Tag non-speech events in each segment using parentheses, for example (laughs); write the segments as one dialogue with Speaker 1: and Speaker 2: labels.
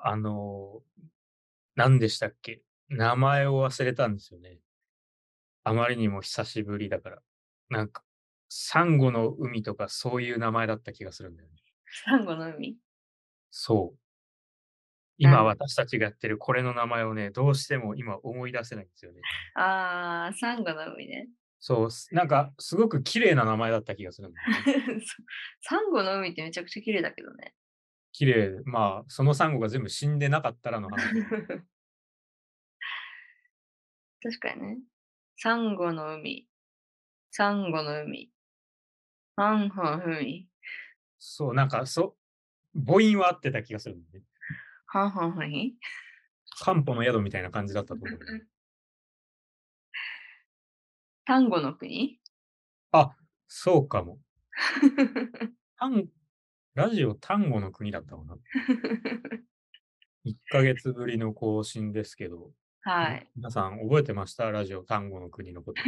Speaker 1: あの、何でしたっけ名前を忘れたんですよね。あまりにも久しぶりだから。なんか、サンゴの海とかそういう名前だった気がするんだよね。
Speaker 2: サンゴの海。
Speaker 1: そう。
Speaker 2: な
Speaker 1: 今
Speaker 2: る
Speaker 1: 私たちがやってるこれの名前をね、どうしても今思い出せないんですよね。
Speaker 2: ああ、サンゴの海ね。 (laughs)
Speaker 1: そう、すなんかすごく綺麗な名前だった気がするんだよね。
Speaker 2: そうサンゴの海ってめちゃくちゃ綺麗だけどね。
Speaker 1: 綺麗で、まあ、そのサンゴが全部死んでなかったらの話なんだけど。
Speaker 2: 確かにね。サンゴの海。サンゴの海。サンゴの海。
Speaker 1: そう、なんか、そう、母音は合ってた気がするんだよね。
Speaker 2: ハンハンハン
Speaker 1: 漢方の宿みたいな感じだったと思うんだよね。
Speaker 2: サンゴの (laughs) 国
Speaker 1: あ、そうかも。タンラジオ単語の国だったかな。1ヶ月ぶりの更新ですけど、
Speaker 2: (laughs) は
Speaker 1: み
Speaker 2: い。 (laughs)
Speaker 1: 皆さん覚えてましたラジオ単語の国のこと。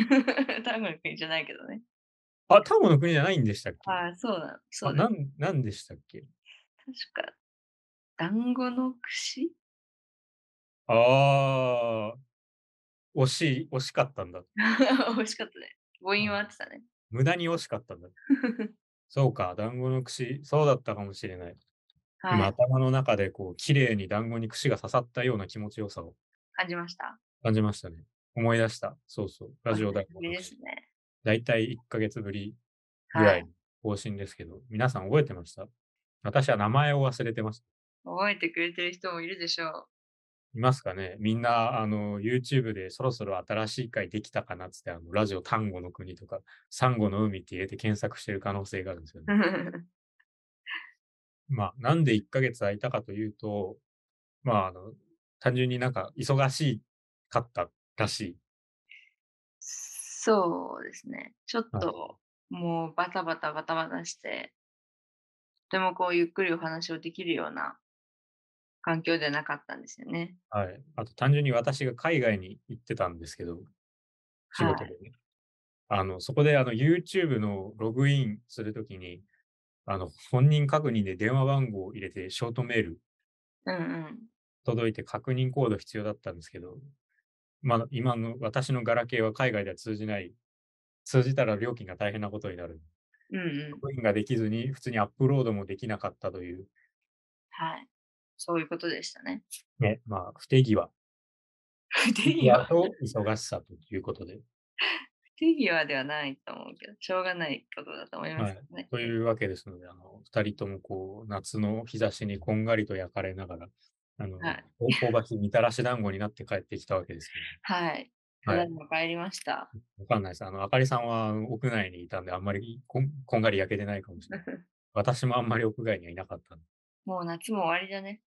Speaker 2: タンゴの国じゃないけどね。
Speaker 1: あ、単語の国じゃないんでしたっけ
Speaker 2: ああ、そうだ。そ
Speaker 1: あ、
Speaker 2: うで
Speaker 1: な
Speaker 2: す。
Speaker 1: ん、なんでしたっけ
Speaker 2: 確か、団子の串 (laughs)
Speaker 1: ああー、惜しい、惜しかったんだ。
Speaker 2: 美味しかったね。母
Speaker 1: う
Speaker 2: 音は合
Speaker 1: ん
Speaker 2: ってたね。
Speaker 1: 無駄に惜しかったんだ。そうか、団子の串、そうだったかもしれない。
Speaker 2: は
Speaker 1: 今、
Speaker 2: い。
Speaker 1: 頭の中でこう、綺麗に団子に串が刺さったような気持ちよさを
Speaker 2: 感じました。
Speaker 1: 感じましたね。思い出した。そうそう。ラ
Speaker 2: お
Speaker 1: ジ
Speaker 2: 久
Speaker 1: オ団
Speaker 2: し
Speaker 1: 子
Speaker 2: ぶり
Speaker 1: の
Speaker 2: です
Speaker 1: 串。
Speaker 2: ね。
Speaker 1: だいたい1ヶ月ぶりぐ
Speaker 2: は
Speaker 1: らい
Speaker 2: い。
Speaker 1: の更新ですけど、皆さん覚えてました私は名前を忘れてました。
Speaker 2: 覚えてくれてる人もいるでし
Speaker 1: (laughs)
Speaker 2: ょう。
Speaker 1: いますかねみんな、あの、YouTube でそろそろ新しい回できたかなっつって、あの、ラジオ単語の国とか、サンゴの海って入れて検索してる可能性があるんですよね。まあ、なんで1ヶ月空いたかというと、まあ、あの、単純になんか忙しかったらしい。
Speaker 2: そうですね。ちょっ
Speaker 1: はい。
Speaker 2: ともうバタバタバタバタして、とてもこうゆっくりお話をできるような環境ではなかったんですよね。
Speaker 1: はい。あと、単純に私が海外に行ってたんですけど、仕
Speaker 2: は
Speaker 1: 事でね。あの、そこであの YouTube のログインするときに、あの、本人確認で電話番号を入れて、ショートメール
Speaker 2: い。うんうん。
Speaker 1: 届いて確認コード必要だったんですけど、まあ、今の私のガラケーは海外では通じない、通じたら料金が大変なことになる。
Speaker 2: うんう
Speaker 1: ロ
Speaker 2: ん。
Speaker 1: グインができずに、普通にアップロードもできなかったという、
Speaker 2: はい。そういうことでしたね。 (laughs)
Speaker 1: ね、まあ、不手際。
Speaker 2: 不
Speaker 1: 不手
Speaker 2: 手
Speaker 1: 際
Speaker 2: 際。
Speaker 1: と忙しさということで。
Speaker 2: 不手際ではないと思うけど、しょうがないことだと思いま
Speaker 1: は
Speaker 2: す
Speaker 1: い。
Speaker 2: けどね。
Speaker 1: というわけですので、あの、二人ともこう、夏の日差しにこんがりと焼かれながら、あ
Speaker 2: は
Speaker 1: の、 (laughs)
Speaker 2: い。
Speaker 1: ほ香ばしいみたらし団子になって帰ってきたわけですけど、
Speaker 2: はい。た
Speaker 1: は
Speaker 2: だい
Speaker 1: い。
Speaker 2: ま帰りました。
Speaker 1: わかんないです。あの、あかりさんはあの屋内にいたんで、あんまりこんこんがり焼けてないかもしれない。私もあんまり屋外にはいなかったんで。
Speaker 2: (laughs) もう夏も終わりだね。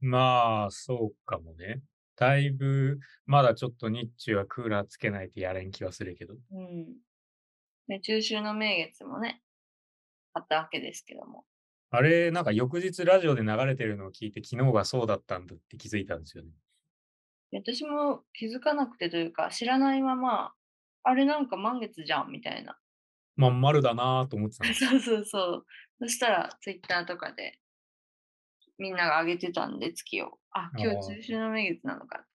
Speaker 1: まあ、そうかもね。だいぶ、まだちょっと日中はクーラーつけないとやれん気はするけど。
Speaker 2: うん。で中秋の名月もね、あったわけですけども。
Speaker 1: あれ、なんか翌日ラジオで流れてるのを聞いて、昨日がそうだったんだって気づいたんですよね。
Speaker 2: 私も気づかなくてというか、知らないまま、あれなんか満月じゃんみたいな。 (laughs)
Speaker 1: まん丸だなぁと思ってたんですよ。
Speaker 2: そうそうそう。そしたら、ツイッターとかでみんなが上げてたんで、月を。あ、今
Speaker 1: あ
Speaker 2: 日中
Speaker 1: あ
Speaker 2: 秋の名月なのか。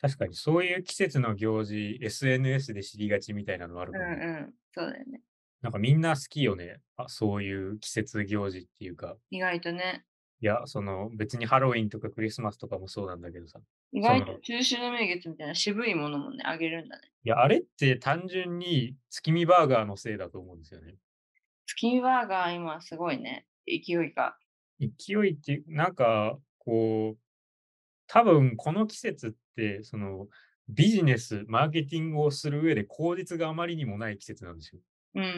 Speaker 1: 確かにそういう季節の行事、SNS で知りがちみたいなのある
Speaker 2: う
Speaker 1: もんね。
Speaker 2: んうん。そうだよね。
Speaker 1: なんかみんな好きよね。あそういう季節行事っていうか。
Speaker 2: 意外とね。
Speaker 1: いや、その別にハロウィンとかクリスマスとかもそうなんだけどさ。
Speaker 2: 意
Speaker 1: そ
Speaker 2: 外と
Speaker 1: の、
Speaker 2: 中秋の名月みたいな渋いものもね、あげるんだね。
Speaker 1: いや、あれって単純に月見バーガーのせいだと思うんですよね。
Speaker 2: 月見バーガー今すごいね。勢いが。
Speaker 1: 勢いっていう、なんかこう、多分この季節って、そのビジネス、マーケティングをする上で効率があまりにもない季節なんですよ。
Speaker 2: うんう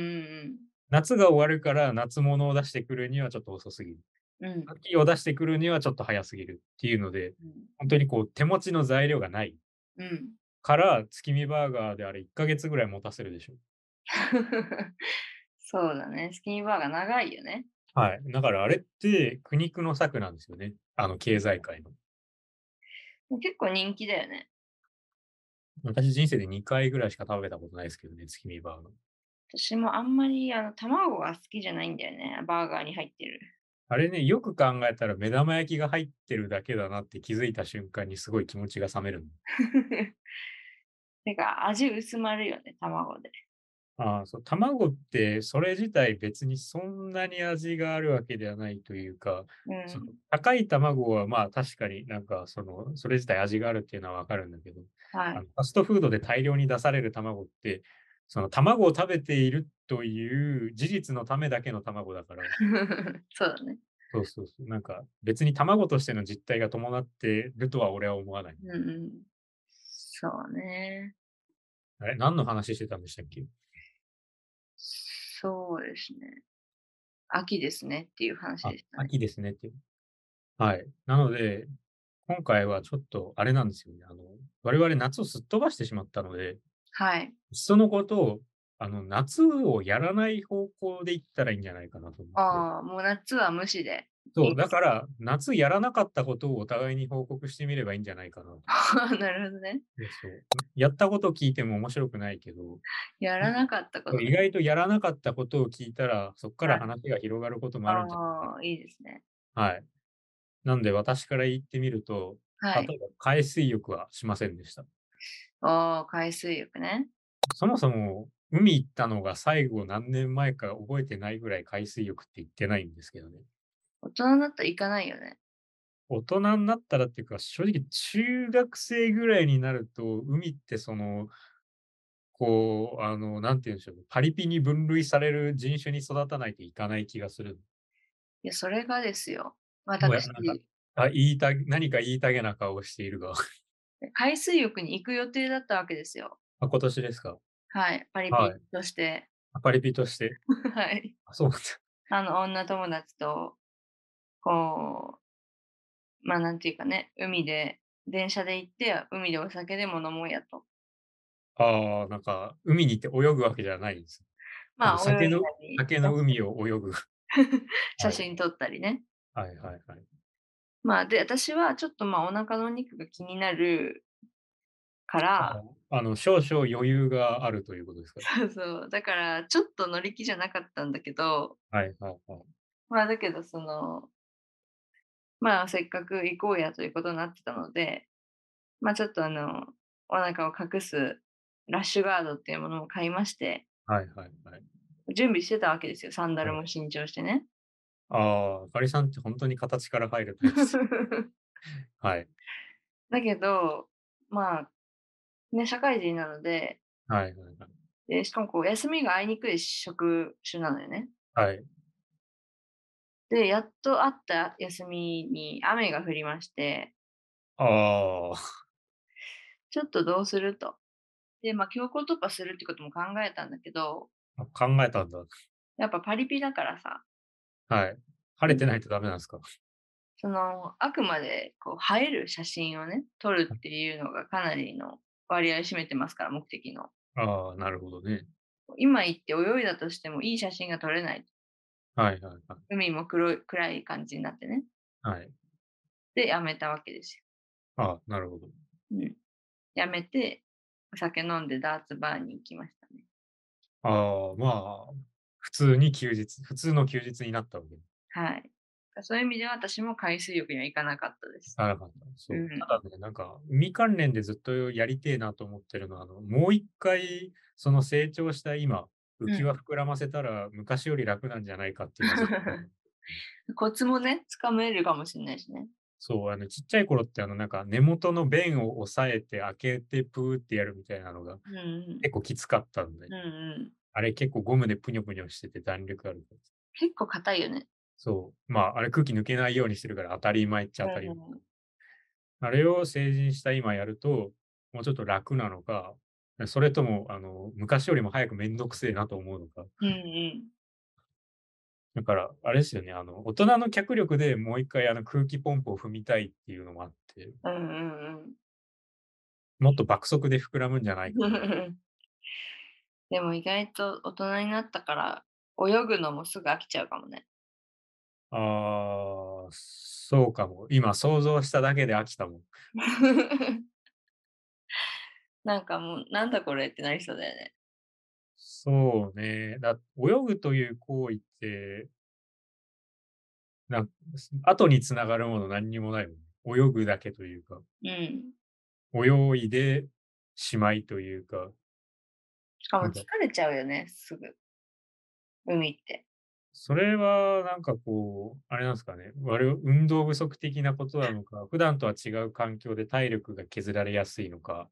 Speaker 2: ん
Speaker 1: 夏が終わるから夏物を出してくるにはちょっと遅すぎる。
Speaker 2: うん。うん
Speaker 1: 秋を出してくるにはちょっと早すぎるっていうので、
Speaker 2: うん
Speaker 1: 本当にこう手持ちの材料がない
Speaker 2: うん。
Speaker 1: から月見バーガーであれ1ヶ月ぐらい持たせるでしょ。
Speaker 2: (laughs) そうだね。スキニバーガー長いよね。
Speaker 1: はい。だからあれって苦肉の策なんですよね。あの経済界の。
Speaker 2: 結構人気だよね。
Speaker 1: 私人生で2回ぐらいしか食べたことないですけどね、月見バーガー。
Speaker 2: 私もあんまりあの卵が好きじゃないんだよね。バーガーに入ってる。
Speaker 1: あれね、よく考えたら目玉焼きが入ってるだけだなって気づいた瞬間にすごい気持ちが冷めるの。
Speaker 2: (laughs) てか、味薄まるよね、卵で。
Speaker 1: ああ、そう、卵ってそれ自体別にそんなに味があるわけではないというか、
Speaker 2: うん
Speaker 1: その高い卵はまあ確かになんかその、それ自体味があるっていうのはわかるんだけど、
Speaker 2: は
Speaker 1: あの
Speaker 2: い。
Speaker 1: ファストフードで大量に出される卵って、その卵を食べているという事実のためだけの卵だ
Speaker 2: (laughs)
Speaker 1: から、
Speaker 2: (laughs) そうだね。
Speaker 1: そうそうそう、なんか別に卵としての実態が伴ってるとは俺は思わない。
Speaker 2: うんうん。そうね。
Speaker 1: あれ、何の話してたんでしたっけ
Speaker 2: そうですね。秋ですねっていう話
Speaker 1: あ
Speaker 2: でしたね。
Speaker 1: 秋ですねっていう。はい。なので、今回はちょっとあれなんですよね。あの、我々夏をすっ飛ばしてしまったので、
Speaker 2: は
Speaker 1: い
Speaker 2: い。
Speaker 1: っそのことを、あの、夏をやらない方向でいったらいいんじゃないかなと思って。
Speaker 2: ああ、もう夏は無視で。 (laughs)
Speaker 1: そう、だから、夏やらなかったことをお互いに報告してみればいいんじゃないかなと。
Speaker 2: なるほどね。
Speaker 1: そうやったこと聞いても面白くないけど、
Speaker 2: やらなかったこと。
Speaker 1: 意外とやらなかったことを聞いたら、そこから
Speaker 2: は
Speaker 1: 話が広がることもあるんじゃないか
Speaker 2: ああ、いいですね。
Speaker 1: な。はい。なんで、私から言ってみると、
Speaker 2: は
Speaker 1: 例
Speaker 2: い。
Speaker 1: えば海水浴はしませんでした。
Speaker 2: おお、海水浴ね。
Speaker 1: そもそも海行ったのが最後何年前か覚えてないぐらい海水浴って行ってないんですけどね。
Speaker 2: 大人になったら行かないよね。
Speaker 1: 大人になったらっていうか、正直中学生ぐらいになると、海ってその、こう、あの、なんて言うんでしょう、パリピに分類される人種に育たないといかない気がする。
Speaker 2: いや、それがですよ。
Speaker 1: も
Speaker 2: ま
Speaker 1: うや
Speaker 2: 私、
Speaker 1: らなあ言いた何か言いたげな顔をしているが、 (laughs)
Speaker 2: 海水浴に行く予定だったわけですよ。
Speaker 1: あ今年ですか
Speaker 2: はい。パリピ
Speaker 1: はい
Speaker 2: として。 (laughs)
Speaker 1: あパリピとして。
Speaker 2: はい。
Speaker 1: あ、そうなんだ。
Speaker 2: あの、女友達と、こう、まあ、なんていうかね、海で、電車で行って、海でお酒でも飲もうやと。
Speaker 1: ああ、なんか、海に行って泳ぐわけじゃないんです。
Speaker 2: ま
Speaker 1: あ
Speaker 2: あ、
Speaker 1: の酒の
Speaker 2: 泳いだり
Speaker 1: 酒の海を泳ぐ。 (laughs)
Speaker 2: 写真撮ったりね。
Speaker 1: はいはいはい。
Speaker 2: まあ、で、私はちょっとまあ、お腹のお肉が気になるか
Speaker 1: あ
Speaker 2: ら、
Speaker 1: のあの、少々余裕があるということですか。
Speaker 2: そう (laughs) そう。だから、ちょっと乗り気じゃなかったんだけど、
Speaker 1: はいはいはい。
Speaker 2: まあだけどそのまあせっかく行こうやということになってたのでまあちょっとあのお腹を隠すラッシュガードっていうものを買いまして
Speaker 1: はいはいはい。
Speaker 2: 準備してたわけですよサンダル
Speaker 1: はい
Speaker 2: も新調してね。
Speaker 1: ああ、あかりさんって本当に形から入るタイプですはい
Speaker 2: (laughs) だけどまあね社会人なので
Speaker 1: はいはい
Speaker 2: でしかもこう休みが合いにくい職種なのよね。
Speaker 1: はい。はい。
Speaker 2: でやっと会った休みに雨が降りまして
Speaker 1: ああ、
Speaker 2: ちょっとどうすると。で、まあ、強行突破するってことも考えたんだけど、
Speaker 1: (laughs) 考えたんだ。
Speaker 2: やっぱパリピだからさ、
Speaker 1: はい。晴れてないとダメなんですか。 (laughs)
Speaker 2: その、あくまで、こう、映える写真をね、撮るっていうのがかなりの割合を占めてますから、目的の。
Speaker 1: ああ、なるほどね。
Speaker 2: 今行って泳いだとしても、いい写真が撮れない。
Speaker 1: はいはいはい。
Speaker 2: 海も黒い、暗い感じになってね。
Speaker 1: はい。
Speaker 2: で、やめたわけです
Speaker 1: ああ、なるほど。
Speaker 2: よ。うん。やめて、お酒飲んでダーツバーに行きましたね。
Speaker 1: ああ、まあ、普通に休日、普通の休日になったわけ。
Speaker 2: はい。そういう意味では、私も海水浴には行かなかったです。
Speaker 1: なるほど。そうう。
Speaker 2: ん
Speaker 1: ただね、なんか、海関連でずっとやりてえなと思ってるのは、あの、もう一回、その成長した今、
Speaker 2: ん
Speaker 1: 浮き輪膨らませたら、昔より楽なんじゃないかっていうのはずっと思
Speaker 2: (laughs)
Speaker 1: う。
Speaker 2: コツもね、つかめるかもしれないしね。
Speaker 1: そう、あの、ちっちゃい頃って、あの、なんか、根元の弁を押さえて、開けて、プーってやるみたいなのが、
Speaker 2: うんうん
Speaker 1: 結構きつかったんで、
Speaker 2: うんうん、
Speaker 1: あれ結構ゴムでぷにょぷにょしてて弾力あるから。
Speaker 2: 結構硬いよね。
Speaker 1: そう。まあ、あれ空気抜けないようにしてるから当たり前っちゃ当たり前。
Speaker 2: うんうん
Speaker 1: あれを成人した今やると、もうちょっと楽なのか、それとも、あの、昔よりも早くめんどくせえなと思うのか。
Speaker 2: うんうん、
Speaker 1: だから、あれですよね、あの、大人の脚力でもう一回、あの、空気ポンプを踏みたいっていうのもあって、
Speaker 2: うんうん
Speaker 1: もっと爆速で膨らむんじゃないか
Speaker 2: う
Speaker 1: な。
Speaker 2: ん (laughs) でも意外と大人になったから泳ぐのもすぐ飽きちゃうかもね。 (laughs)
Speaker 1: あー、そうかも。今、想像しただけで飽きたもん。
Speaker 2: なんかもうなんだこれってなりそうだよね。
Speaker 1: そうね。だ泳ぐという行為って、なん後につながるもの何にもないもん。泳ぐだけというか、
Speaker 2: うん。
Speaker 1: 泳いでしまいというか、
Speaker 2: しかも
Speaker 1: なん
Speaker 2: 疲
Speaker 1: か
Speaker 2: れちゃうよね、すぐ。海って。
Speaker 1: それはなんかこう、あれなんですかね、我々運動不足的なことなのか、普段とは違う環境で体力が削られやすいのか、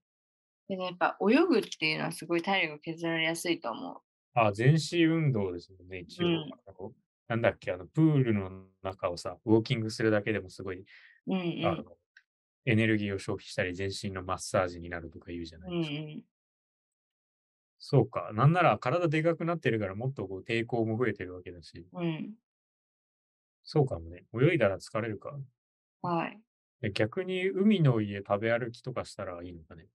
Speaker 2: でね、やっぱ泳ぐっていうのはすごい体力が削られやすいと思
Speaker 1: あ、全身運動ですもんね、一応。
Speaker 2: うん
Speaker 1: あのなんだっけ、あの、プールの中をさ、ウォーキングするだけでもすごい、
Speaker 2: う。うんう
Speaker 1: あの
Speaker 2: ん。、
Speaker 1: エネルギーを消費したり、全身のマッサージになるとか言うじゃな
Speaker 2: う
Speaker 1: い
Speaker 2: んう
Speaker 1: ですか。
Speaker 2: ん、
Speaker 1: そうか。なんなら体でかくなってるから、もっとこう抵抗も増えてるわけだし、
Speaker 2: うん。
Speaker 1: そうかもね。泳いだら疲れるか。
Speaker 2: はい。
Speaker 1: で逆に海の家食べ歩きとかしたらいいのかね。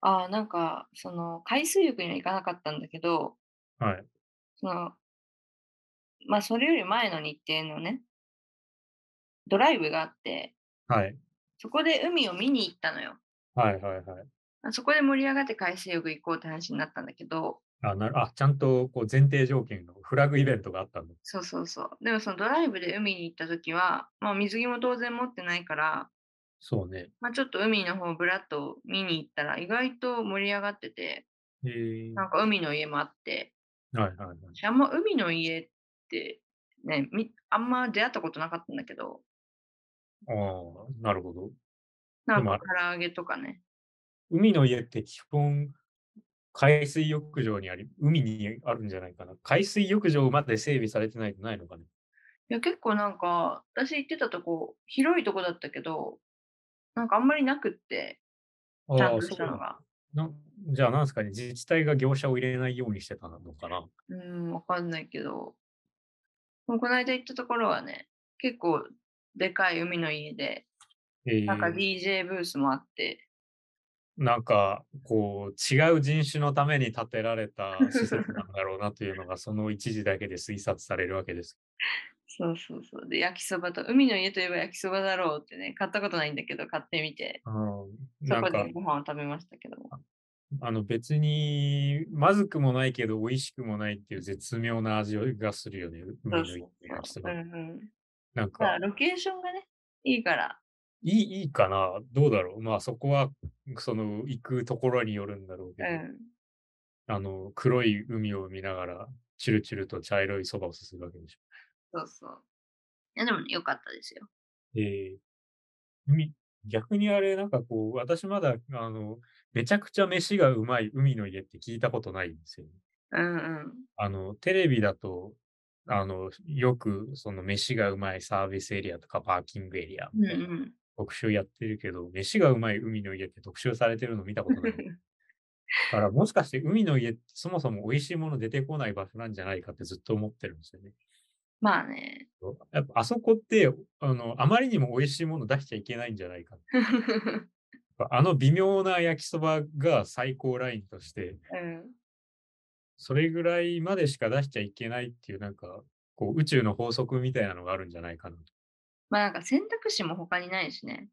Speaker 2: ああ、なんか、その、海水浴には行かなかったんだけど、
Speaker 1: はい。
Speaker 2: その、まあ、それより前の日程のね、ドライブがあって、
Speaker 1: はい。
Speaker 2: そこで海を見に行ったのよ。
Speaker 1: はいはいはい。
Speaker 2: あそこで盛り上がって海水浴行こうって話になったんだけど、
Speaker 1: あ、なるあちゃんとこう前提条件のフラグイベントがあったんだ。
Speaker 2: そうそうそう。でもそのドライブで海に行った時は、まあ水着も当然持ってないから、
Speaker 1: そうね。
Speaker 2: まあちょっと海の方ぶらっと見に行ったら意外と盛り上がってて、
Speaker 1: えー、
Speaker 2: な
Speaker 1: は
Speaker 2: んか海の家もあって、
Speaker 1: いはいはい。
Speaker 2: 私あんま海の家ってね、みあんま出会ったことなかったんだけど、
Speaker 1: ああ、なるほど。
Speaker 2: なん
Speaker 1: でもあ
Speaker 2: か
Speaker 1: れ
Speaker 2: 唐揚げとかね。
Speaker 1: 海の家って基本、海水浴場にあり、海にあるんじゃないかな。海水浴場まで整備されてないとないのかね。
Speaker 2: いや結構なんか私行ってたとこ広いとこだったけど、なんかあんまりなくって、ちゃ
Speaker 1: あ
Speaker 2: ん
Speaker 1: あ、
Speaker 2: と
Speaker 1: そ
Speaker 2: し
Speaker 1: う
Speaker 2: た
Speaker 1: な
Speaker 2: の
Speaker 1: んだ
Speaker 2: が。
Speaker 1: なじゃあ、なんですかね、自治体が業者を入れないようにしてたのかな。
Speaker 2: うん、わかんないけど。もうこの間行ったところはね、結構でかい海の家で、
Speaker 1: え
Speaker 2: なんか
Speaker 1: ー
Speaker 2: DJ ブースもあって、
Speaker 1: なんか、こう、違う人種のために建てられた施設なんだろうなというのが、その一時だけで推察されるわけです。
Speaker 2: そうそうそう。で、焼きそばと、海の家といえば焼きそばだろうってね、買ったことないんだけど、買ってみて、
Speaker 1: うん、
Speaker 2: (laughs) そ
Speaker 1: な
Speaker 2: こ
Speaker 1: んか
Speaker 2: で、ご飯を食べましたけども。
Speaker 1: あの別に、まずくもないけど、美味しくもないっていう絶妙な味がするよね。
Speaker 2: そ
Speaker 1: 海
Speaker 2: う
Speaker 1: の家
Speaker 2: そう
Speaker 1: の焼きそ
Speaker 2: そ。
Speaker 1: うば
Speaker 2: うんうん。
Speaker 1: なん
Speaker 2: まあ、
Speaker 1: か、
Speaker 2: ロケーションがね、いいから。
Speaker 1: いい、いいかなどうだろうまあそこは、その、行くところによるんだろうけ
Speaker 2: う
Speaker 1: ど。
Speaker 2: ん。
Speaker 1: あの、黒い海を見ながら、チュルチュルと茶色いそばをすするわけでしょ。
Speaker 2: そうそう。いや、でもね、良かったですよ。
Speaker 1: えーみ逆にあれ、なんかこう、私まだ、あの、めちゃくちゃ飯がうまい海の家って聞いたことないんですよね。
Speaker 2: うんうん。
Speaker 1: あの、テレビだと、あの、よく、その飯がうまいサービスエリアとかパーキングエリア
Speaker 2: うん
Speaker 1: みたいな特集やってるけど、飯がうまい海の家って特集されてるの見たこと
Speaker 2: う
Speaker 1: ない。
Speaker 2: ん。
Speaker 1: だから、もしかして海の家ってそもそも美味しいもの出てこない場所なんじゃないかってずっと思ってるんですよね。
Speaker 2: (laughs) まあね。 (laughs)
Speaker 1: やっぱあそこってあの、あまりにも美味しいもの出しちゃいけないんじゃないか。やっぱあの微妙な焼きそばが最高ラインとして、
Speaker 2: うん。
Speaker 1: それぐらいまでしか出しちゃいけないっていう、なんか、こう宇宙の法則みたいなのがあるんじゃないかなと。
Speaker 2: まあなんか選択肢も他にないしね。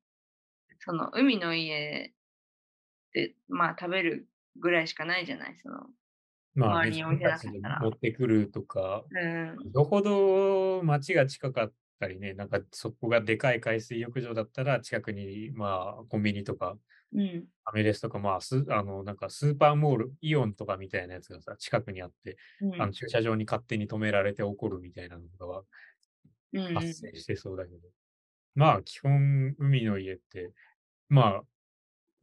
Speaker 2: その海の家で、まあ食べるぐらいしかないじゃない、その。
Speaker 1: まあ、
Speaker 2: 周りに置いてなかったら
Speaker 1: 自分たちで持ってくるとか、
Speaker 2: うん。
Speaker 1: よほど町が近かったりね、なんかそこがでかい海水浴場だったら、近くに、まあ、コンビニとか、
Speaker 2: うん。
Speaker 1: アメレスとか、まあ、スあのなんかスーパーモール、イオンとかみたいなやつがさ、近くにあって、
Speaker 2: うん
Speaker 1: あの駐車場に勝手に止められて怒るみたいなのが
Speaker 2: うんうん
Speaker 1: 発生してそうだけど、まあ基本海の家ってまあ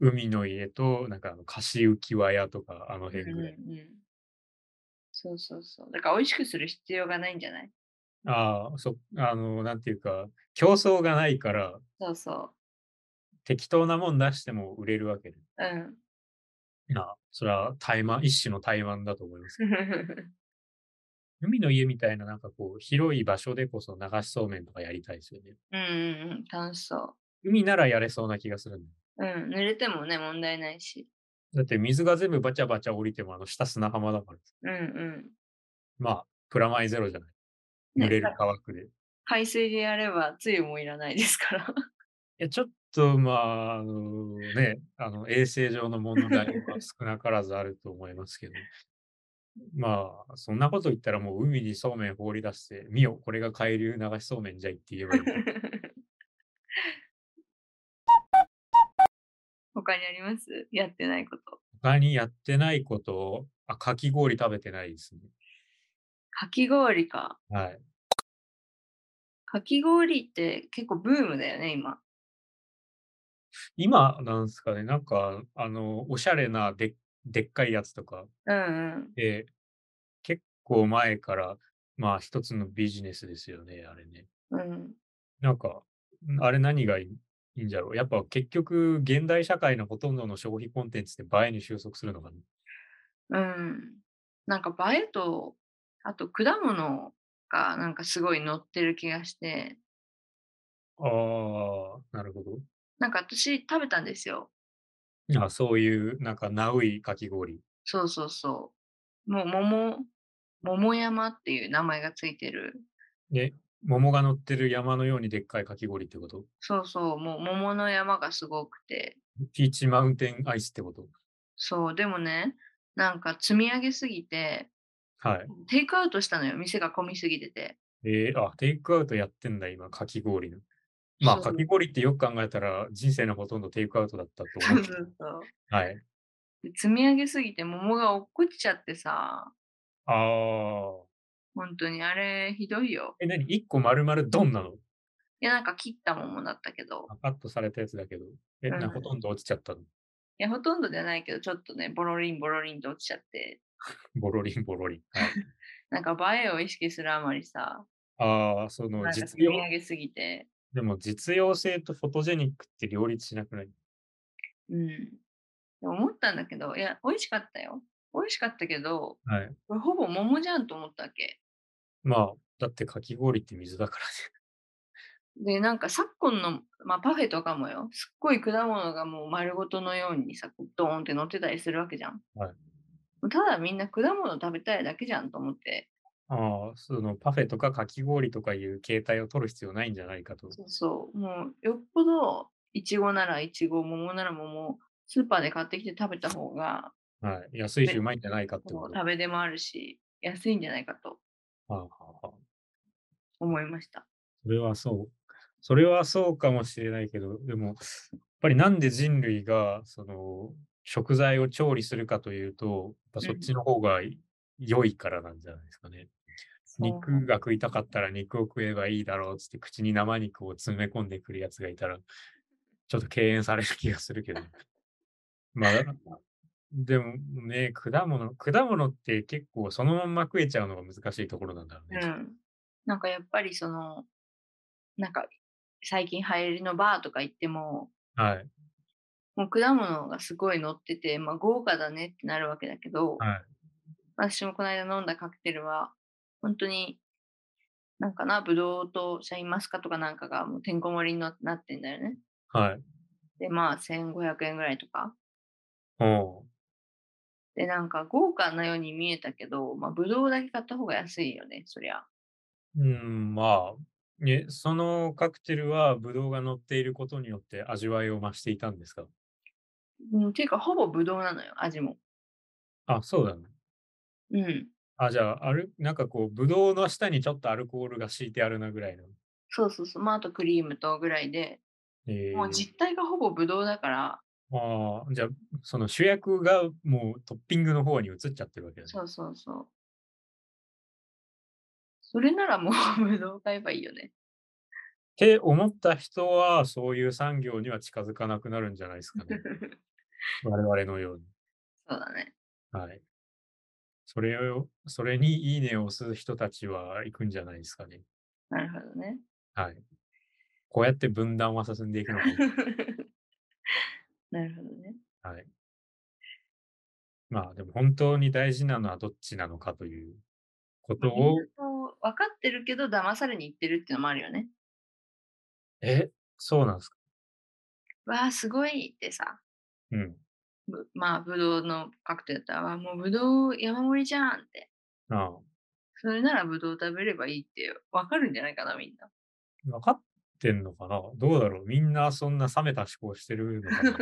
Speaker 1: 海の家となんかあの貸し浮き輪屋とかあの辺
Speaker 2: うん
Speaker 1: ぐらい、
Speaker 2: うんうんそうそうそう。だから美味しくする必要がないんじゃない
Speaker 1: ああそあのなんていうか競争がないから
Speaker 2: そうそ
Speaker 1: 適当なもん出しても売れるわけで
Speaker 2: う。うん。
Speaker 1: なあそれは台湾一種の台湾だと思いますけど海の家みたいななんかこう広い場所でこそ流しそうめんとかやりたいですよね
Speaker 2: うんうんうん。楽しそ
Speaker 1: 海ならやれそうな気がするんだよ
Speaker 2: う。うん。濡れてもね、問題ないし。
Speaker 1: だって水が全部バチャバチャ降りてもあの下砂浜だから
Speaker 2: うんうん。
Speaker 1: まあ、プラマイゼロじゃない。
Speaker 2: ね
Speaker 1: 濡れる乾くで。い
Speaker 2: 海水でやれば、つゆもいらないですから。 (laughs)
Speaker 1: や、ちょっと、まあ、あのね、あの、衛生上の問題は少なからずあると思いますけど、まあ、そんなこと言ったらもう海にそうめん放り出して、見よ、これが海流流しそうめんじゃいって言えばいい。
Speaker 2: (laughs) 他にありますやってないこと。
Speaker 1: 他にやってないこと、あ、かき氷食べてないですね。
Speaker 2: かき氷か。
Speaker 1: はい。
Speaker 2: かき氷って結構ブームだよね、今。
Speaker 1: 今なんですかね、なんか、あの、おしゃれなででっかいやつとか、
Speaker 2: うんうん。
Speaker 1: で、結構前から、まあ一つのビジネスですよね、あれね。
Speaker 2: うん、
Speaker 1: なんか、んあれ何がいいいいんじゃろう。やっぱ結局、現代社会のほとんどの消費コンテンツって映えに収束するのかな。
Speaker 2: うん、なんか映えとあと果物がなんかすごい乗ってる気がして
Speaker 1: ああ、なるほ
Speaker 2: なんか私食べたんですよ
Speaker 1: ど。あそういう、なんか、ナウいかき氷。
Speaker 2: そうそうそうもう桃桃山っていう名前がついてる
Speaker 1: ね、桃が乗ってる山のようにでっかいかき氷ってこと
Speaker 2: そうそうもう桃の山がすごくて
Speaker 1: ピーチマウンテンアイスってこと
Speaker 2: そうでもねなんか積み上げすぎて
Speaker 1: はい。
Speaker 2: テイクアウトしたのよ店が混みすぎてて
Speaker 1: えー、あ、テイクアウトやってんだ、今、かき氷の。まあ、
Speaker 2: そう
Speaker 1: かき氷ってよく考えたら、人生のほとんどテイクアウトだったと
Speaker 2: そ
Speaker 1: 思 (laughs)
Speaker 2: う
Speaker 1: う
Speaker 2: そ。うそう
Speaker 1: はい。
Speaker 2: で積み上げすぎて桃が落っこちちゃってさ
Speaker 1: ああ。
Speaker 2: 本当にあれひどいよ
Speaker 1: え、何 ?1 個丸々ドンなの
Speaker 2: いや、なんか切った桃だったけど、
Speaker 1: あカットされたやつだけど。え、
Speaker 2: う
Speaker 1: なんほとんど落ちちゃったの。 (laughs)
Speaker 2: いや、ほとんどじゃないけど、ちょっとね、ボロリンボロリンと落ちちゃって、
Speaker 1: ボロリンボロリン。はい、
Speaker 2: なんか映えを意識するあまりさ、
Speaker 1: ああ、その
Speaker 2: なんか積
Speaker 1: 実
Speaker 2: み
Speaker 1: 用、
Speaker 2: 上げすぎて、
Speaker 1: でも実用性とフォトジェニックって両立しなくない
Speaker 2: うん。でも思ったんだけど、いや、美味しかったよ。美味しかったけど、
Speaker 1: はい。
Speaker 2: これほぼ桃じゃんと思ったわけ。
Speaker 1: まあ、だってかき氷って水だから (laughs) ね。
Speaker 2: で、なんか昨今の、まあ、パフェとかもよ、すっごい果物がもう丸ごとのようにさ、こうドーンって乗ってたりするわけじゃん。
Speaker 1: はい
Speaker 2: もうただみんな果物食べたいだけじゃんと思って、
Speaker 1: ああ、そのパフェとかかき氷とかいう形態を取る必要ないんじゃないかと。
Speaker 2: そうそう。もうよっぽどいちごならいちご、桃なら桃、スーパーで買ってきて食べた方が
Speaker 1: はい、安いしうまいんじゃないかって
Speaker 2: こ
Speaker 1: こ
Speaker 2: う
Speaker 1: と。
Speaker 2: 食べでもあるし、安いんじゃないかと
Speaker 1: ああああ
Speaker 2: 思いました。
Speaker 1: それはそう。それはそうかもしれないけど、でも、やっぱりなんで人類がその食材を調理するかというと、やっぱそっちの方が良いからなんじゃないですかね。肉が食いたかったら肉を食えばいいだろうっつって口に生肉を詰め込んでくるやつがいたらちょっと敬遠される気がするけどまあでもね果物果物って結構そのまんま食えちゃうのが難しいところなんだろう
Speaker 2: う
Speaker 1: ね、
Speaker 2: ん。なんかやっぱりその、なんか最近流行りのバーとか行っても、
Speaker 1: はい
Speaker 2: もう果物がすごい乗ってて、まあ豪華だねってなるわけだけど、
Speaker 1: はい
Speaker 2: 私もこの間飲んだカクテルは、本当に、なんかな、ぶどうとシャインマスカとかなんかがもうてんこ盛りにななってんだよね。
Speaker 1: はい
Speaker 2: で、まあ、1500円ぐらいとか。
Speaker 1: おう
Speaker 2: で、なんか豪華なように見えたけど、まあ、ぶどうだけ買った方が安いよね、そりゃ。
Speaker 1: うんまあね、そのカクテルはブドウが乗っていることによって味わいを増していたんですか
Speaker 2: うん、ていうか、ほぼぶどうなのよ、味も。
Speaker 1: あ、そうだね。
Speaker 2: うん。
Speaker 1: あ、じゃあ、ある、なんかこう、ブドウの下にちょっとアルコールが敷いてあるなぐらいの。
Speaker 2: そうそうそう。まあ、あとクリームとぐらいで、
Speaker 1: え
Speaker 2: もう実態がほぼぶどうだから、
Speaker 1: ああ、じゃあ、その主役がもうトッピングの方に移っちゃってるわけだね。
Speaker 2: そうそうそう。それならもう (laughs) ぶどう買えばいいよ
Speaker 1: っ
Speaker 2: ね。
Speaker 1: て思った人は、そういう産業には近づかなくなるんじゃないですか (laughs)
Speaker 2: そ (laughs)
Speaker 1: ね。我々のように。
Speaker 2: うだね。
Speaker 1: はい。それを、それにいいねを押す人たちは行くんじゃないですかね。
Speaker 2: なるほどね。 (laughs)
Speaker 1: はい。こうやって分断は進んでいく
Speaker 2: (laughs)
Speaker 1: のかも。
Speaker 2: なるほどね。
Speaker 1: はい。まあでも本当に大事なのはどっちなのかということ
Speaker 2: みんな
Speaker 1: を、
Speaker 2: こう分かってるけど、騙されに行ってるっていうのもあるよね。
Speaker 1: え、そうなんですか
Speaker 2: わあ、すごいってさ、
Speaker 1: うん。
Speaker 2: ぶまあ、ぶどうのカクテルだったら、わあもうぶどう山盛りじゃんって。
Speaker 1: あ
Speaker 2: それならぶどう食べればいいってわかるんじゃないかな、みんな。
Speaker 1: あ、分かってんのかなどうだろうみんなそんな冷めた思考してるのかな
Speaker 2: (laughs)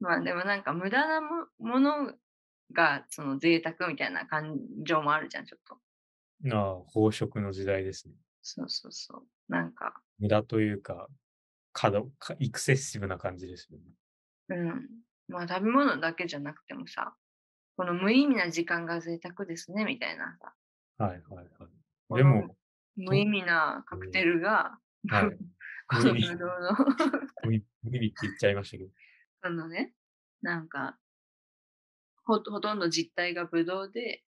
Speaker 2: まあでもなんか無駄なもものがその贅沢みたいな感情もあるじゃん、ちょっと。
Speaker 1: ああ、飽食の時代ですね。
Speaker 2: そうそうそう。なんか、
Speaker 1: 無駄というか、過度、かエクセッシブな感じですよね。
Speaker 2: うん。まあ食べ物だけじゃなくてもさ、この無意味な時間が贅沢ですね、みたいなさ。
Speaker 1: はいはいはい。
Speaker 2: こ
Speaker 1: で
Speaker 2: の
Speaker 1: も、
Speaker 2: 無意味なカクテルが、
Speaker 1: はい、
Speaker 2: (laughs) こ
Speaker 1: 無
Speaker 2: の
Speaker 1: 意
Speaker 2: ブ
Speaker 1: 味
Speaker 2: ドウ (laughs) の、
Speaker 1: 無理無理って言っちゃいましたけど。
Speaker 2: あのね、なんか、ほほとんど実態がブドウで、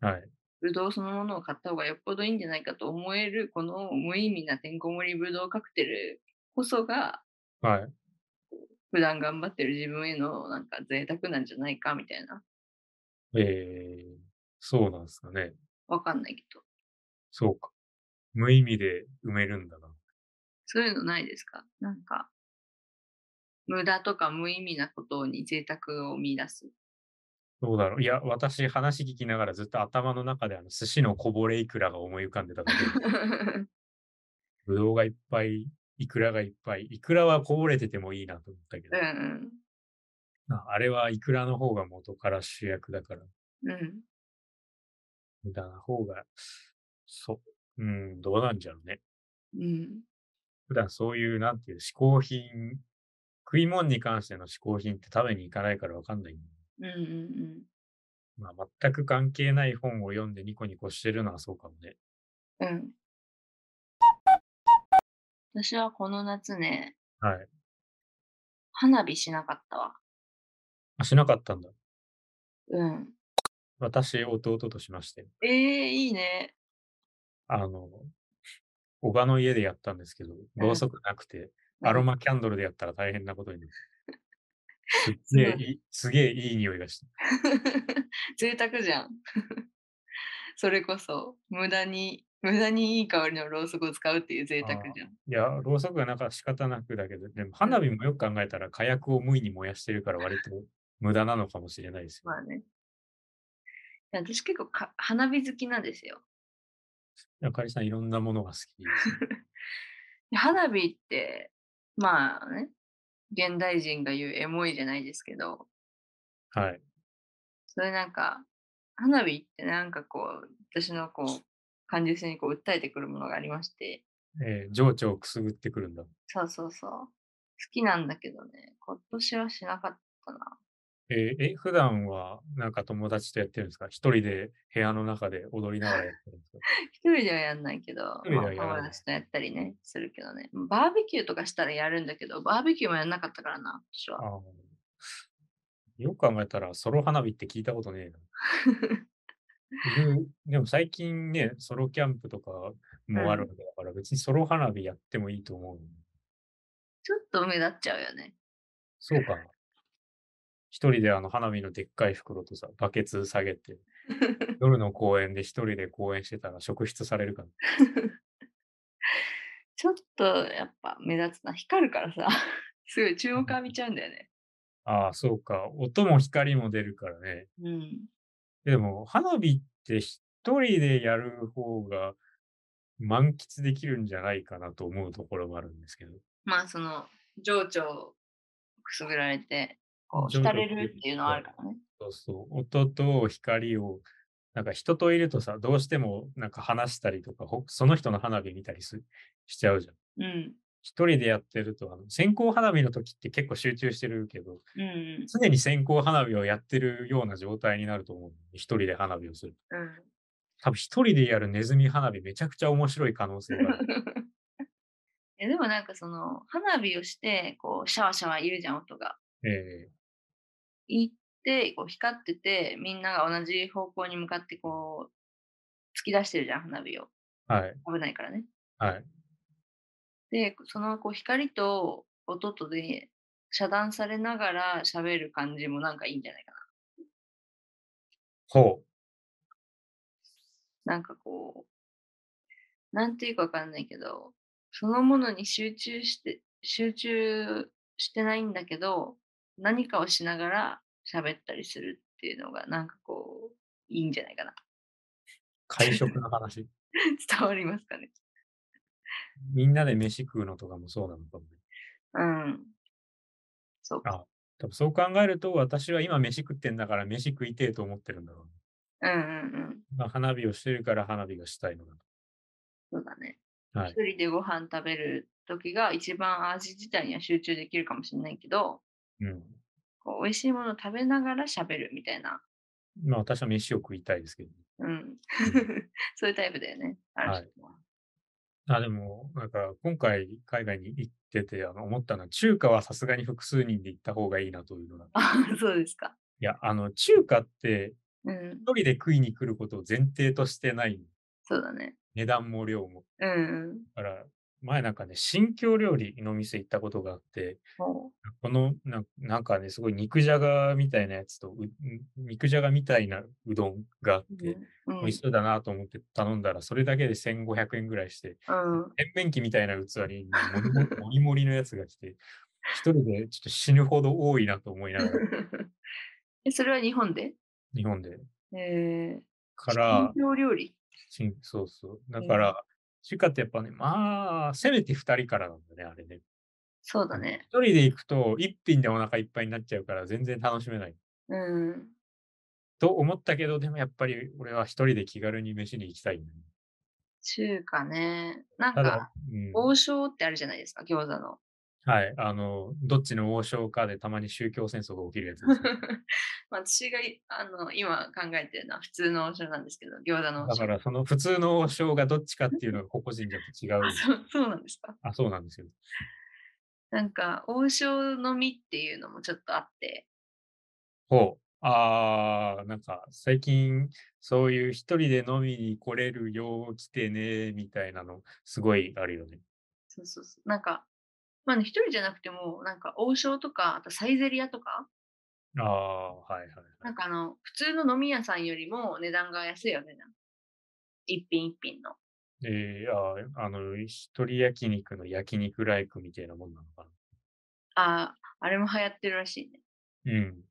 Speaker 1: はい。
Speaker 2: ブドウそのものを買った方がよっぽどいいんじゃないかと思える、この無意味なてんこ盛りブドウカクテルこそが、
Speaker 1: はい。
Speaker 2: 普段頑張ってる自分へのなんか贅沢なんじゃないかみたいな。
Speaker 1: えー、そうなんですかね。
Speaker 2: わかんないけど。
Speaker 1: そうか。無意味で埋めるんだな。
Speaker 2: そういうのないですかなんか、無駄とか無意味なことに贅沢を見出す。 (laughs)
Speaker 1: どうだろう。いや、私、話聞きながらずっと頭の中であの寿司のこぼれいくらが思い浮かんでただけで、
Speaker 2: (laughs)
Speaker 1: ぶどうがいっぱい、いくらがいっぱい、いくらはこぼれててもいいなと思ったけ
Speaker 2: う
Speaker 1: ど、
Speaker 2: ん
Speaker 1: ああれはいくらの方が元から主役だから、
Speaker 2: うん。うん。
Speaker 1: 無駄な方が、そう、うん、どうなんじゃろうね。
Speaker 2: うん。
Speaker 1: 普段そういう、なんていう、嗜好品、食い物に関しての嗜好品って食べに行かないからわかんないんだよね。
Speaker 2: うんうんうん。
Speaker 1: まあ、全く関係ない本を読んでニコニコしてるのはそうかもね。
Speaker 2: うん。私はこの夏ね、
Speaker 1: はい。
Speaker 2: 花火しなかったわ。
Speaker 1: あ、しなかったんだ。
Speaker 2: うん。
Speaker 1: 私、弟としまして。
Speaker 2: ええいいね。
Speaker 1: あの、おばの家でやったんですけど、ろうそくなくて、アロ
Speaker 2: マ。
Speaker 1: マキャンドルでやったら大変なことになる。 (laughs) すっげえいい、すげえいい匂いがした。
Speaker 2: (laughs) 贅沢じゃん。 (laughs) それこそ、無駄に、無駄にいい香りのろうそくを使うっていう贅沢じゃ
Speaker 1: い
Speaker 2: ん。
Speaker 1: や、ろうそくがなんか仕方なくだけど、でも花火もよく考えたら火薬を無意に燃やしてるから割と (laughs) 無駄なのかもしれないですよ。
Speaker 2: まあね。いや私結構か花火好きなんですよ。
Speaker 1: あかりさん、いろんなものが好きですね。
Speaker 2: で花火って、まあね、現代人が言うエモいじゃないですけど、
Speaker 1: はい。
Speaker 2: それなんか、花火ってなんかこう、私のこう、感受性にこう訴えてくるものがありまして、
Speaker 1: えー情緒をくすぐってくるんだ。
Speaker 2: そうそうそう。好きなんだけどね、今年はしなかったな。
Speaker 1: えーえ、普段はなんか友達とやってるんですか一人で部屋の中で踊りながらやってるんですか
Speaker 2: 一人ではやんないけど、
Speaker 1: 一人ではやら
Speaker 2: ま
Speaker 1: な
Speaker 2: あ
Speaker 1: い
Speaker 2: 友達とやったりね、するけどね。バーベキューとかしたらやるんだけど、バーベキューもやんなかったからな、私は。
Speaker 1: あーよく考えたら、ソロ花火って聞いたことねえな。うんでも最近ね、ソロキャンプとかもあるわけだから、別にソロ花火やってもいいと思う。
Speaker 2: ちょっと目立っちゃうよね。
Speaker 1: そうかな。一人であの花火のでっかい袋とさ、バケツ下げて、夜の公園で一人で公園してたら職質されるかな。
Speaker 2: ちょっとやっぱ目立つな。光るからさ、 (laughs) すごい注目浴びちゃうんだよね。
Speaker 1: ああ、そうか。音も光も出るからね。
Speaker 2: うん。
Speaker 1: でも、花火って一人でやる方が満喫できるんじゃないかなと思うところもあるんですけど。
Speaker 2: まあその、情緒をくすぐられて、こう、
Speaker 1: 情緒
Speaker 2: 浸れるっていうのはあるからね。
Speaker 1: そうそう。音と光を、なんか人といるとさ、どうしてもなんか話したりとか、ほその人の花火見たりすしちゃうじゃん。
Speaker 2: うん。
Speaker 1: 一人でやってると、あの線香花火の時って結構集中してるけど、
Speaker 2: うん。
Speaker 1: 常に線香花火をやってるような状態になると思う。一人で花火をする。
Speaker 2: うん。
Speaker 1: 多分一人でやるネズミ花火めちゃくちゃ面白い可能性が (laughs)
Speaker 2: (laughs)
Speaker 1: ある。
Speaker 2: えでもなんかその花火をしてこうシャワシャワいるじゃん音が。
Speaker 1: え
Speaker 2: 行ってこう光っててみんなが同じ方向に向かってこう突き出してるじゃん花火を。
Speaker 1: ーはい、
Speaker 2: 危ないからね。
Speaker 1: はい。
Speaker 2: でそのこう光と音とで遮断されながら喋る感じもなんかいいんじゃないか
Speaker 1: ほう。
Speaker 2: な。なんかこうなんていうかわかんないけどそのものに集中して集中してないんだけど何かをしながら喋ったりするっていうのがなんかこういいんじゃないか (laughs) な。
Speaker 1: 会食の話。
Speaker 2: 伝わりますかね。
Speaker 1: みんなで飯食うのとかもそうなのかもね。
Speaker 2: うん。そうか。
Speaker 1: あ多分そう考えると、私は今飯食ってんだから飯食いてえと思ってるんだろうね。
Speaker 2: うんうんうん。
Speaker 1: まあ、花火をしてるから花火がしたいのだ
Speaker 2: そうだね。
Speaker 1: と。はい
Speaker 2: 一。人でご飯食べる時が一番味自体には集中できるかもしれないけど、
Speaker 1: うん。
Speaker 2: こう美味しいものを食べながら喋るみたいな。
Speaker 1: まあ私は飯を食いたいですけど。
Speaker 2: うん。 (laughs) そういうタイプだよね。ある人は。 (laughs)
Speaker 1: あ、でも、なんか今回海外に行ってて、あの、思ったのは中華はさすがに複数人で行った方がいいなというのが。い
Speaker 2: あそうですか。
Speaker 1: や、あの、中華って
Speaker 2: うん
Speaker 1: 一。人で食いに来ることを前提としてない。
Speaker 2: そうだね。
Speaker 1: 値段も量も。
Speaker 2: うんうん。
Speaker 1: だから、前なんかね、新疆料理の店行ったことがあって、
Speaker 2: ほ
Speaker 1: このな、なんかね、すごい肉じゃがみたいなやつと、う肉じゃがみたいなうどんがあっ
Speaker 2: う。
Speaker 1: て、
Speaker 2: うん。
Speaker 1: 美味しそうだなと思って頼んだら、それだけで1500円ぐらいして、
Speaker 2: うん。 (laughs)
Speaker 1: 洗面器みたいな器にもりもりもりもりのやつが来て、一人でちょっと死ぬほど多いなと思いながら、
Speaker 2: え、それは日本で
Speaker 1: 日本で。
Speaker 2: えー、
Speaker 1: から、
Speaker 2: 新疆料理
Speaker 1: しんそうそう。だ
Speaker 2: うん
Speaker 1: から、中華ってやっぱね、まあ、せめて二人からなんだね、あれね。
Speaker 2: そうだね。
Speaker 1: 一人で行くと、一品でお腹いっぱいになっちゃうから、全然楽しめない。
Speaker 2: うん。
Speaker 1: と思ったけど、でもやっぱり俺は一人で気軽に飯に行きたいんだね、
Speaker 2: 中華ね。なん
Speaker 1: た
Speaker 2: か
Speaker 1: だ、、うん、
Speaker 2: 王将ってあるじゃないですか、餃子の。 (laughs)
Speaker 1: はい、あの、どっちの王将かでたまに宗教戦争が起きるやつ
Speaker 2: (laughs)
Speaker 1: ですね、
Speaker 2: まあ私がいあの今考えてるのは普通の王将なんですけど、餃子の
Speaker 1: だ
Speaker 2: 王
Speaker 1: か
Speaker 2: 将。
Speaker 1: ら、その普通の王将がどっちかっていうのが個々人によって違う。
Speaker 2: あそう (laughs) そうなんですか。
Speaker 1: あ、そうなんですよ。
Speaker 2: なんか、王将のみっていうのもちょっとあって、
Speaker 1: ほう。あー、なんか最近そういう一人で飲みに来れるよう来てね、みたいなの、すごいあるよね。
Speaker 2: そうそうそう。なんか、まあね、一人じゃなくても、なんか王将とか、あとサイゼリアとか、
Speaker 1: あー、はいはいは。
Speaker 2: ないんかあの、普通の飲み屋さんよりも値段が安いよね。なんか一品一品の。
Speaker 1: えー、あーあの、一人焼肉の焼肉ライクみたいなもんなのか
Speaker 2: ああ、あれも流行ってるらしいね。
Speaker 1: な。うん。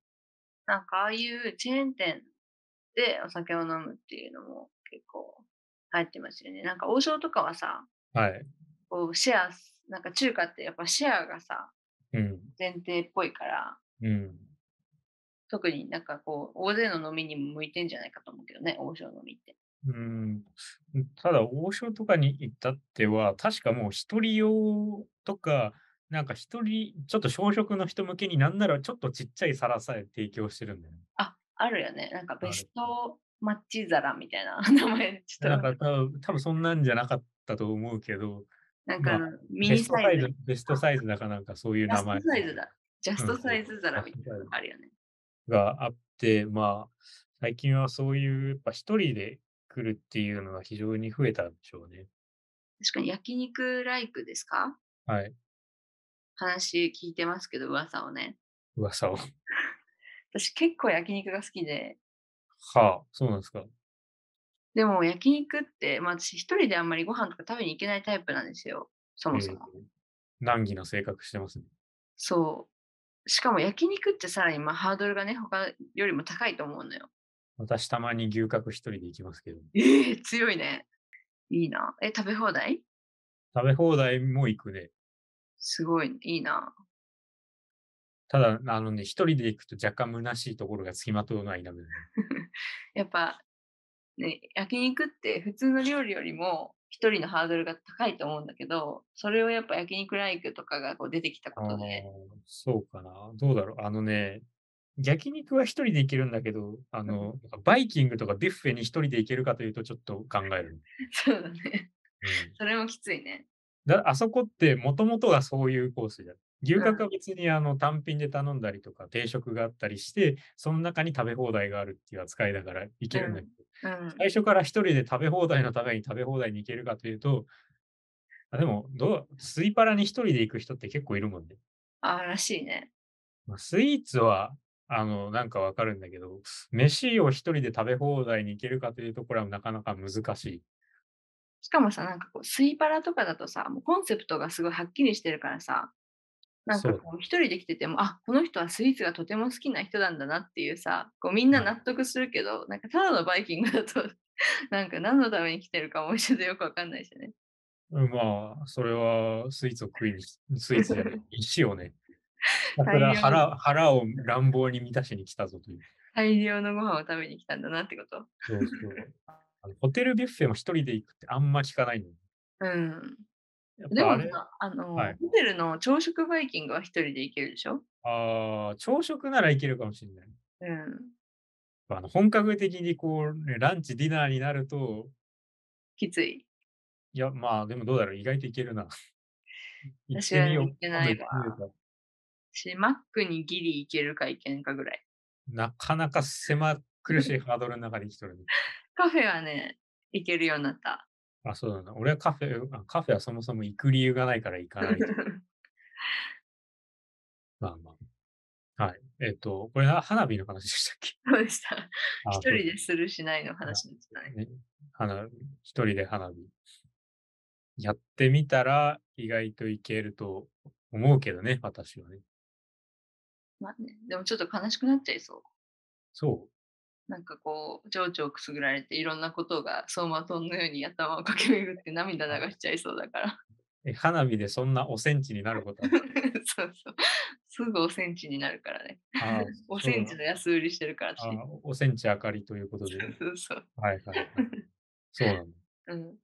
Speaker 2: なんかああいうチェーン店でお酒を飲むっていうのも結構流行ってますよね。なんか王将とかはさ、
Speaker 1: はい。
Speaker 2: こうシェアす、なんか中華ってやっぱシェアがさ、
Speaker 1: うん。
Speaker 2: 前提っぽいから、
Speaker 1: うん。
Speaker 2: 特になんかこう、大勢の飲みにも向いてんじゃないかと思うけどね、王将飲みって。
Speaker 1: うん、ただ、王将とかに行ったっては、確かもう一人用とか、なんか一人、ちょっと小食の人向けになんならちょっとちっちゃい皿さえ提供してるんだよね。
Speaker 2: あ、あるよね。なんか
Speaker 1: る
Speaker 2: ベストマッチ皿みたいな (laughs) 名前、ちょ
Speaker 1: な
Speaker 2: っ
Speaker 1: ん
Speaker 2: と、
Speaker 1: か多分多分そんなんじゃなかったと思うけど、
Speaker 2: なんかあの
Speaker 1: ま
Speaker 2: ミ
Speaker 1: ベ
Speaker 2: ニ
Speaker 1: スト
Speaker 2: サ
Speaker 1: サ
Speaker 2: イ
Speaker 1: イ
Speaker 2: ズ
Speaker 1: ズ、、ベストサイズだかなんかそういう
Speaker 2: ジャ
Speaker 1: 名
Speaker 2: ス
Speaker 1: 前
Speaker 2: トサイズだ。ジャス
Speaker 1: う
Speaker 2: ト
Speaker 1: ん
Speaker 2: サイズ皿みたいなの
Speaker 1: ジャストサイズ
Speaker 2: あるよね。
Speaker 1: があって、まあ、最近はそういう、やっぱ一人で来るっていうのが非常に増えたんでしょうね。
Speaker 2: 確かに焼肉ライクですか
Speaker 1: はい。
Speaker 2: 話聞いてますけど、噂をね。
Speaker 1: 噂を。
Speaker 2: 私結構焼肉が好きで、
Speaker 1: はあ、そうなんですか。
Speaker 2: でも焼肉って、まあ私一人であんまりご飯とか食べに行けないタイプなんですよ、そもそも。
Speaker 1: えー難儀な性格してますね。
Speaker 2: そう。しかも焼肉ってさらにまあハードルがね、他よりも高いと思うのよ。
Speaker 1: 私、たまに牛角一人で行きますけど、
Speaker 2: ええ (laughs) 強いね。いいな。え、食べ放題
Speaker 1: 食べ放題も行くね。
Speaker 2: すごい、いいな。
Speaker 1: ただ、あのね、一人で行くと若干虚しいところがつきまとうのは否めない。
Speaker 2: やっぱ、ね、焼肉って普通の料理よりも一人のハードルが高いと思うんだけど、それをやっぱ焼肉ライクとかがこう出てきた
Speaker 1: あ
Speaker 2: こと
Speaker 1: ー
Speaker 2: で、 (laughs)
Speaker 1: そうかな。どうだろう。あのね、焼肉は一人で行けるんだけど、あの、バイキングとかビュッフェに一人で行けるかというとちょっと考える。
Speaker 2: そうだね。
Speaker 1: うん
Speaker 2: それもきついね。
Speaker 1: だあそこってもともとがそういうコースじゃん。牛角は別にあの単品で頼んだりとか定食があったりして、その中に食べ放題があるっていう扱いだから行けるんだけど、
Speaker 2: うん。
Speaker 1: 最初から一人で食べ放題のために食べ放題に行けるかというと、あでもどう、スイパラに一人で行く人って結構いるもんね。
Speaker 2: あらしいね。
Speaker 1: まあスイーツは、あの、なんかわかるんだけど、飯を一人で食べ放題に行けるかというところはなかなか難しい。
Speaker 2: しかもさ、なんかこう、スイパラとかだとさ、もうコンセプトがすごいはっきりしてるからさ、なんか
Speaker 1: そう
Speaker 2: こう、一人で来てても、あ、この人はスイーツがとても好きな人なんだなっていうさ、こうみんな
Speaker 1: うん
Speaker 2: 納得するけど、なんかただのバイキングだと、 (laughs) なんか何のために来てるかも一緒でよくわかんないしね。 (laughs)
Speaker 1: うんまあ、それはスイーツを食いに、スイーツじゃない、石をね、だから
Speaker 2: 大量
Speaker 1: 腹腹を乱暴に満たしに来たぞという。
Speaker 2: 大量のご飯を食べに来たんだなってこと。
Speaker 1: そうそう (laughs) あのホテルビュッフェも一人で行くってあんま聞かないの。
Speaker 2: うん。
Speaker 1: やっ
Speaker 2: で
Speaker 1: ぱあ
Speaker 2: も
Speaker 1: れ
Speaker 2: さ、あの、
Speaker 1: はい
Speaker 2: ホテルの朝食バイキングは一人で行けるでしょ
Speaker 1: あー朝食ならいけるかもしれない。
Speaker 2: うん。
Speaker 1: あの本格的にこう、ね、ランチ、ディナーになると、
Speaker 2: きつい。
Speaker 1: いや、まあ、でもどうだろう、意外といけるな。 (laughs) 行っ
Speaker 2: 私
Speaker 1: て
Speaker 2: は
Speaker 1: みよう。
Speaker 2: 行けないわ
Speaker 1: 今度行ってみるか
Speaker 2: し、マックにギリ行けるか行けんかぐらい。
Speaker 1: なかなか狭苦しいハードルの中で生きとるね。
Speaker 2: カフェはね、行けるようになった。
Speaker 1: あ、そうだな。俺はカフェ、あカフェはそもそも行く理由がないから行かないと。まあまあ。はい。えっ、と、これは花火の話でしたっけ (laughs)
Speaker 2: (laughs) そうでした。
Speaker 1: あ
Speaker 2: 一
Speaker 1: そう
Speaker 2: 人でするしないの話でしたね。
Speaker 1: ね、花火一人で花火。やってみたら意外といけると思うけどね、私はね。
Speaker 2: まあね、でもちょっと悲しくなっちゃいそう。
Speaker 1: そう。
Speaker 2: なんかこう、情緒をくすぐられて、いろんなことが走馬灯のように頭を駆け巡って涙流しちゃいそうだから。 (laughs)
Speaker 1: え花火でそんなおセンチになることは
Speaker 2: そうそう。すぐおセンチになるからね。
Speaker 1: あー
Speaker 2: おセンチ
Speaker 1: そう
Speaker 2: の安売りしてるから私。
Speaker 1: だなあーおセンチ明かりということで。
Speaker 2: (laughs) そうそう。
Speaker 1: はいはい、
Speaker 2: (laughs)
Speaker 1: はい。そうなの。
Speaker 2: うん。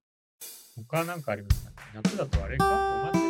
Speaker 1: 他なんかありますか夏だとあれかお祭り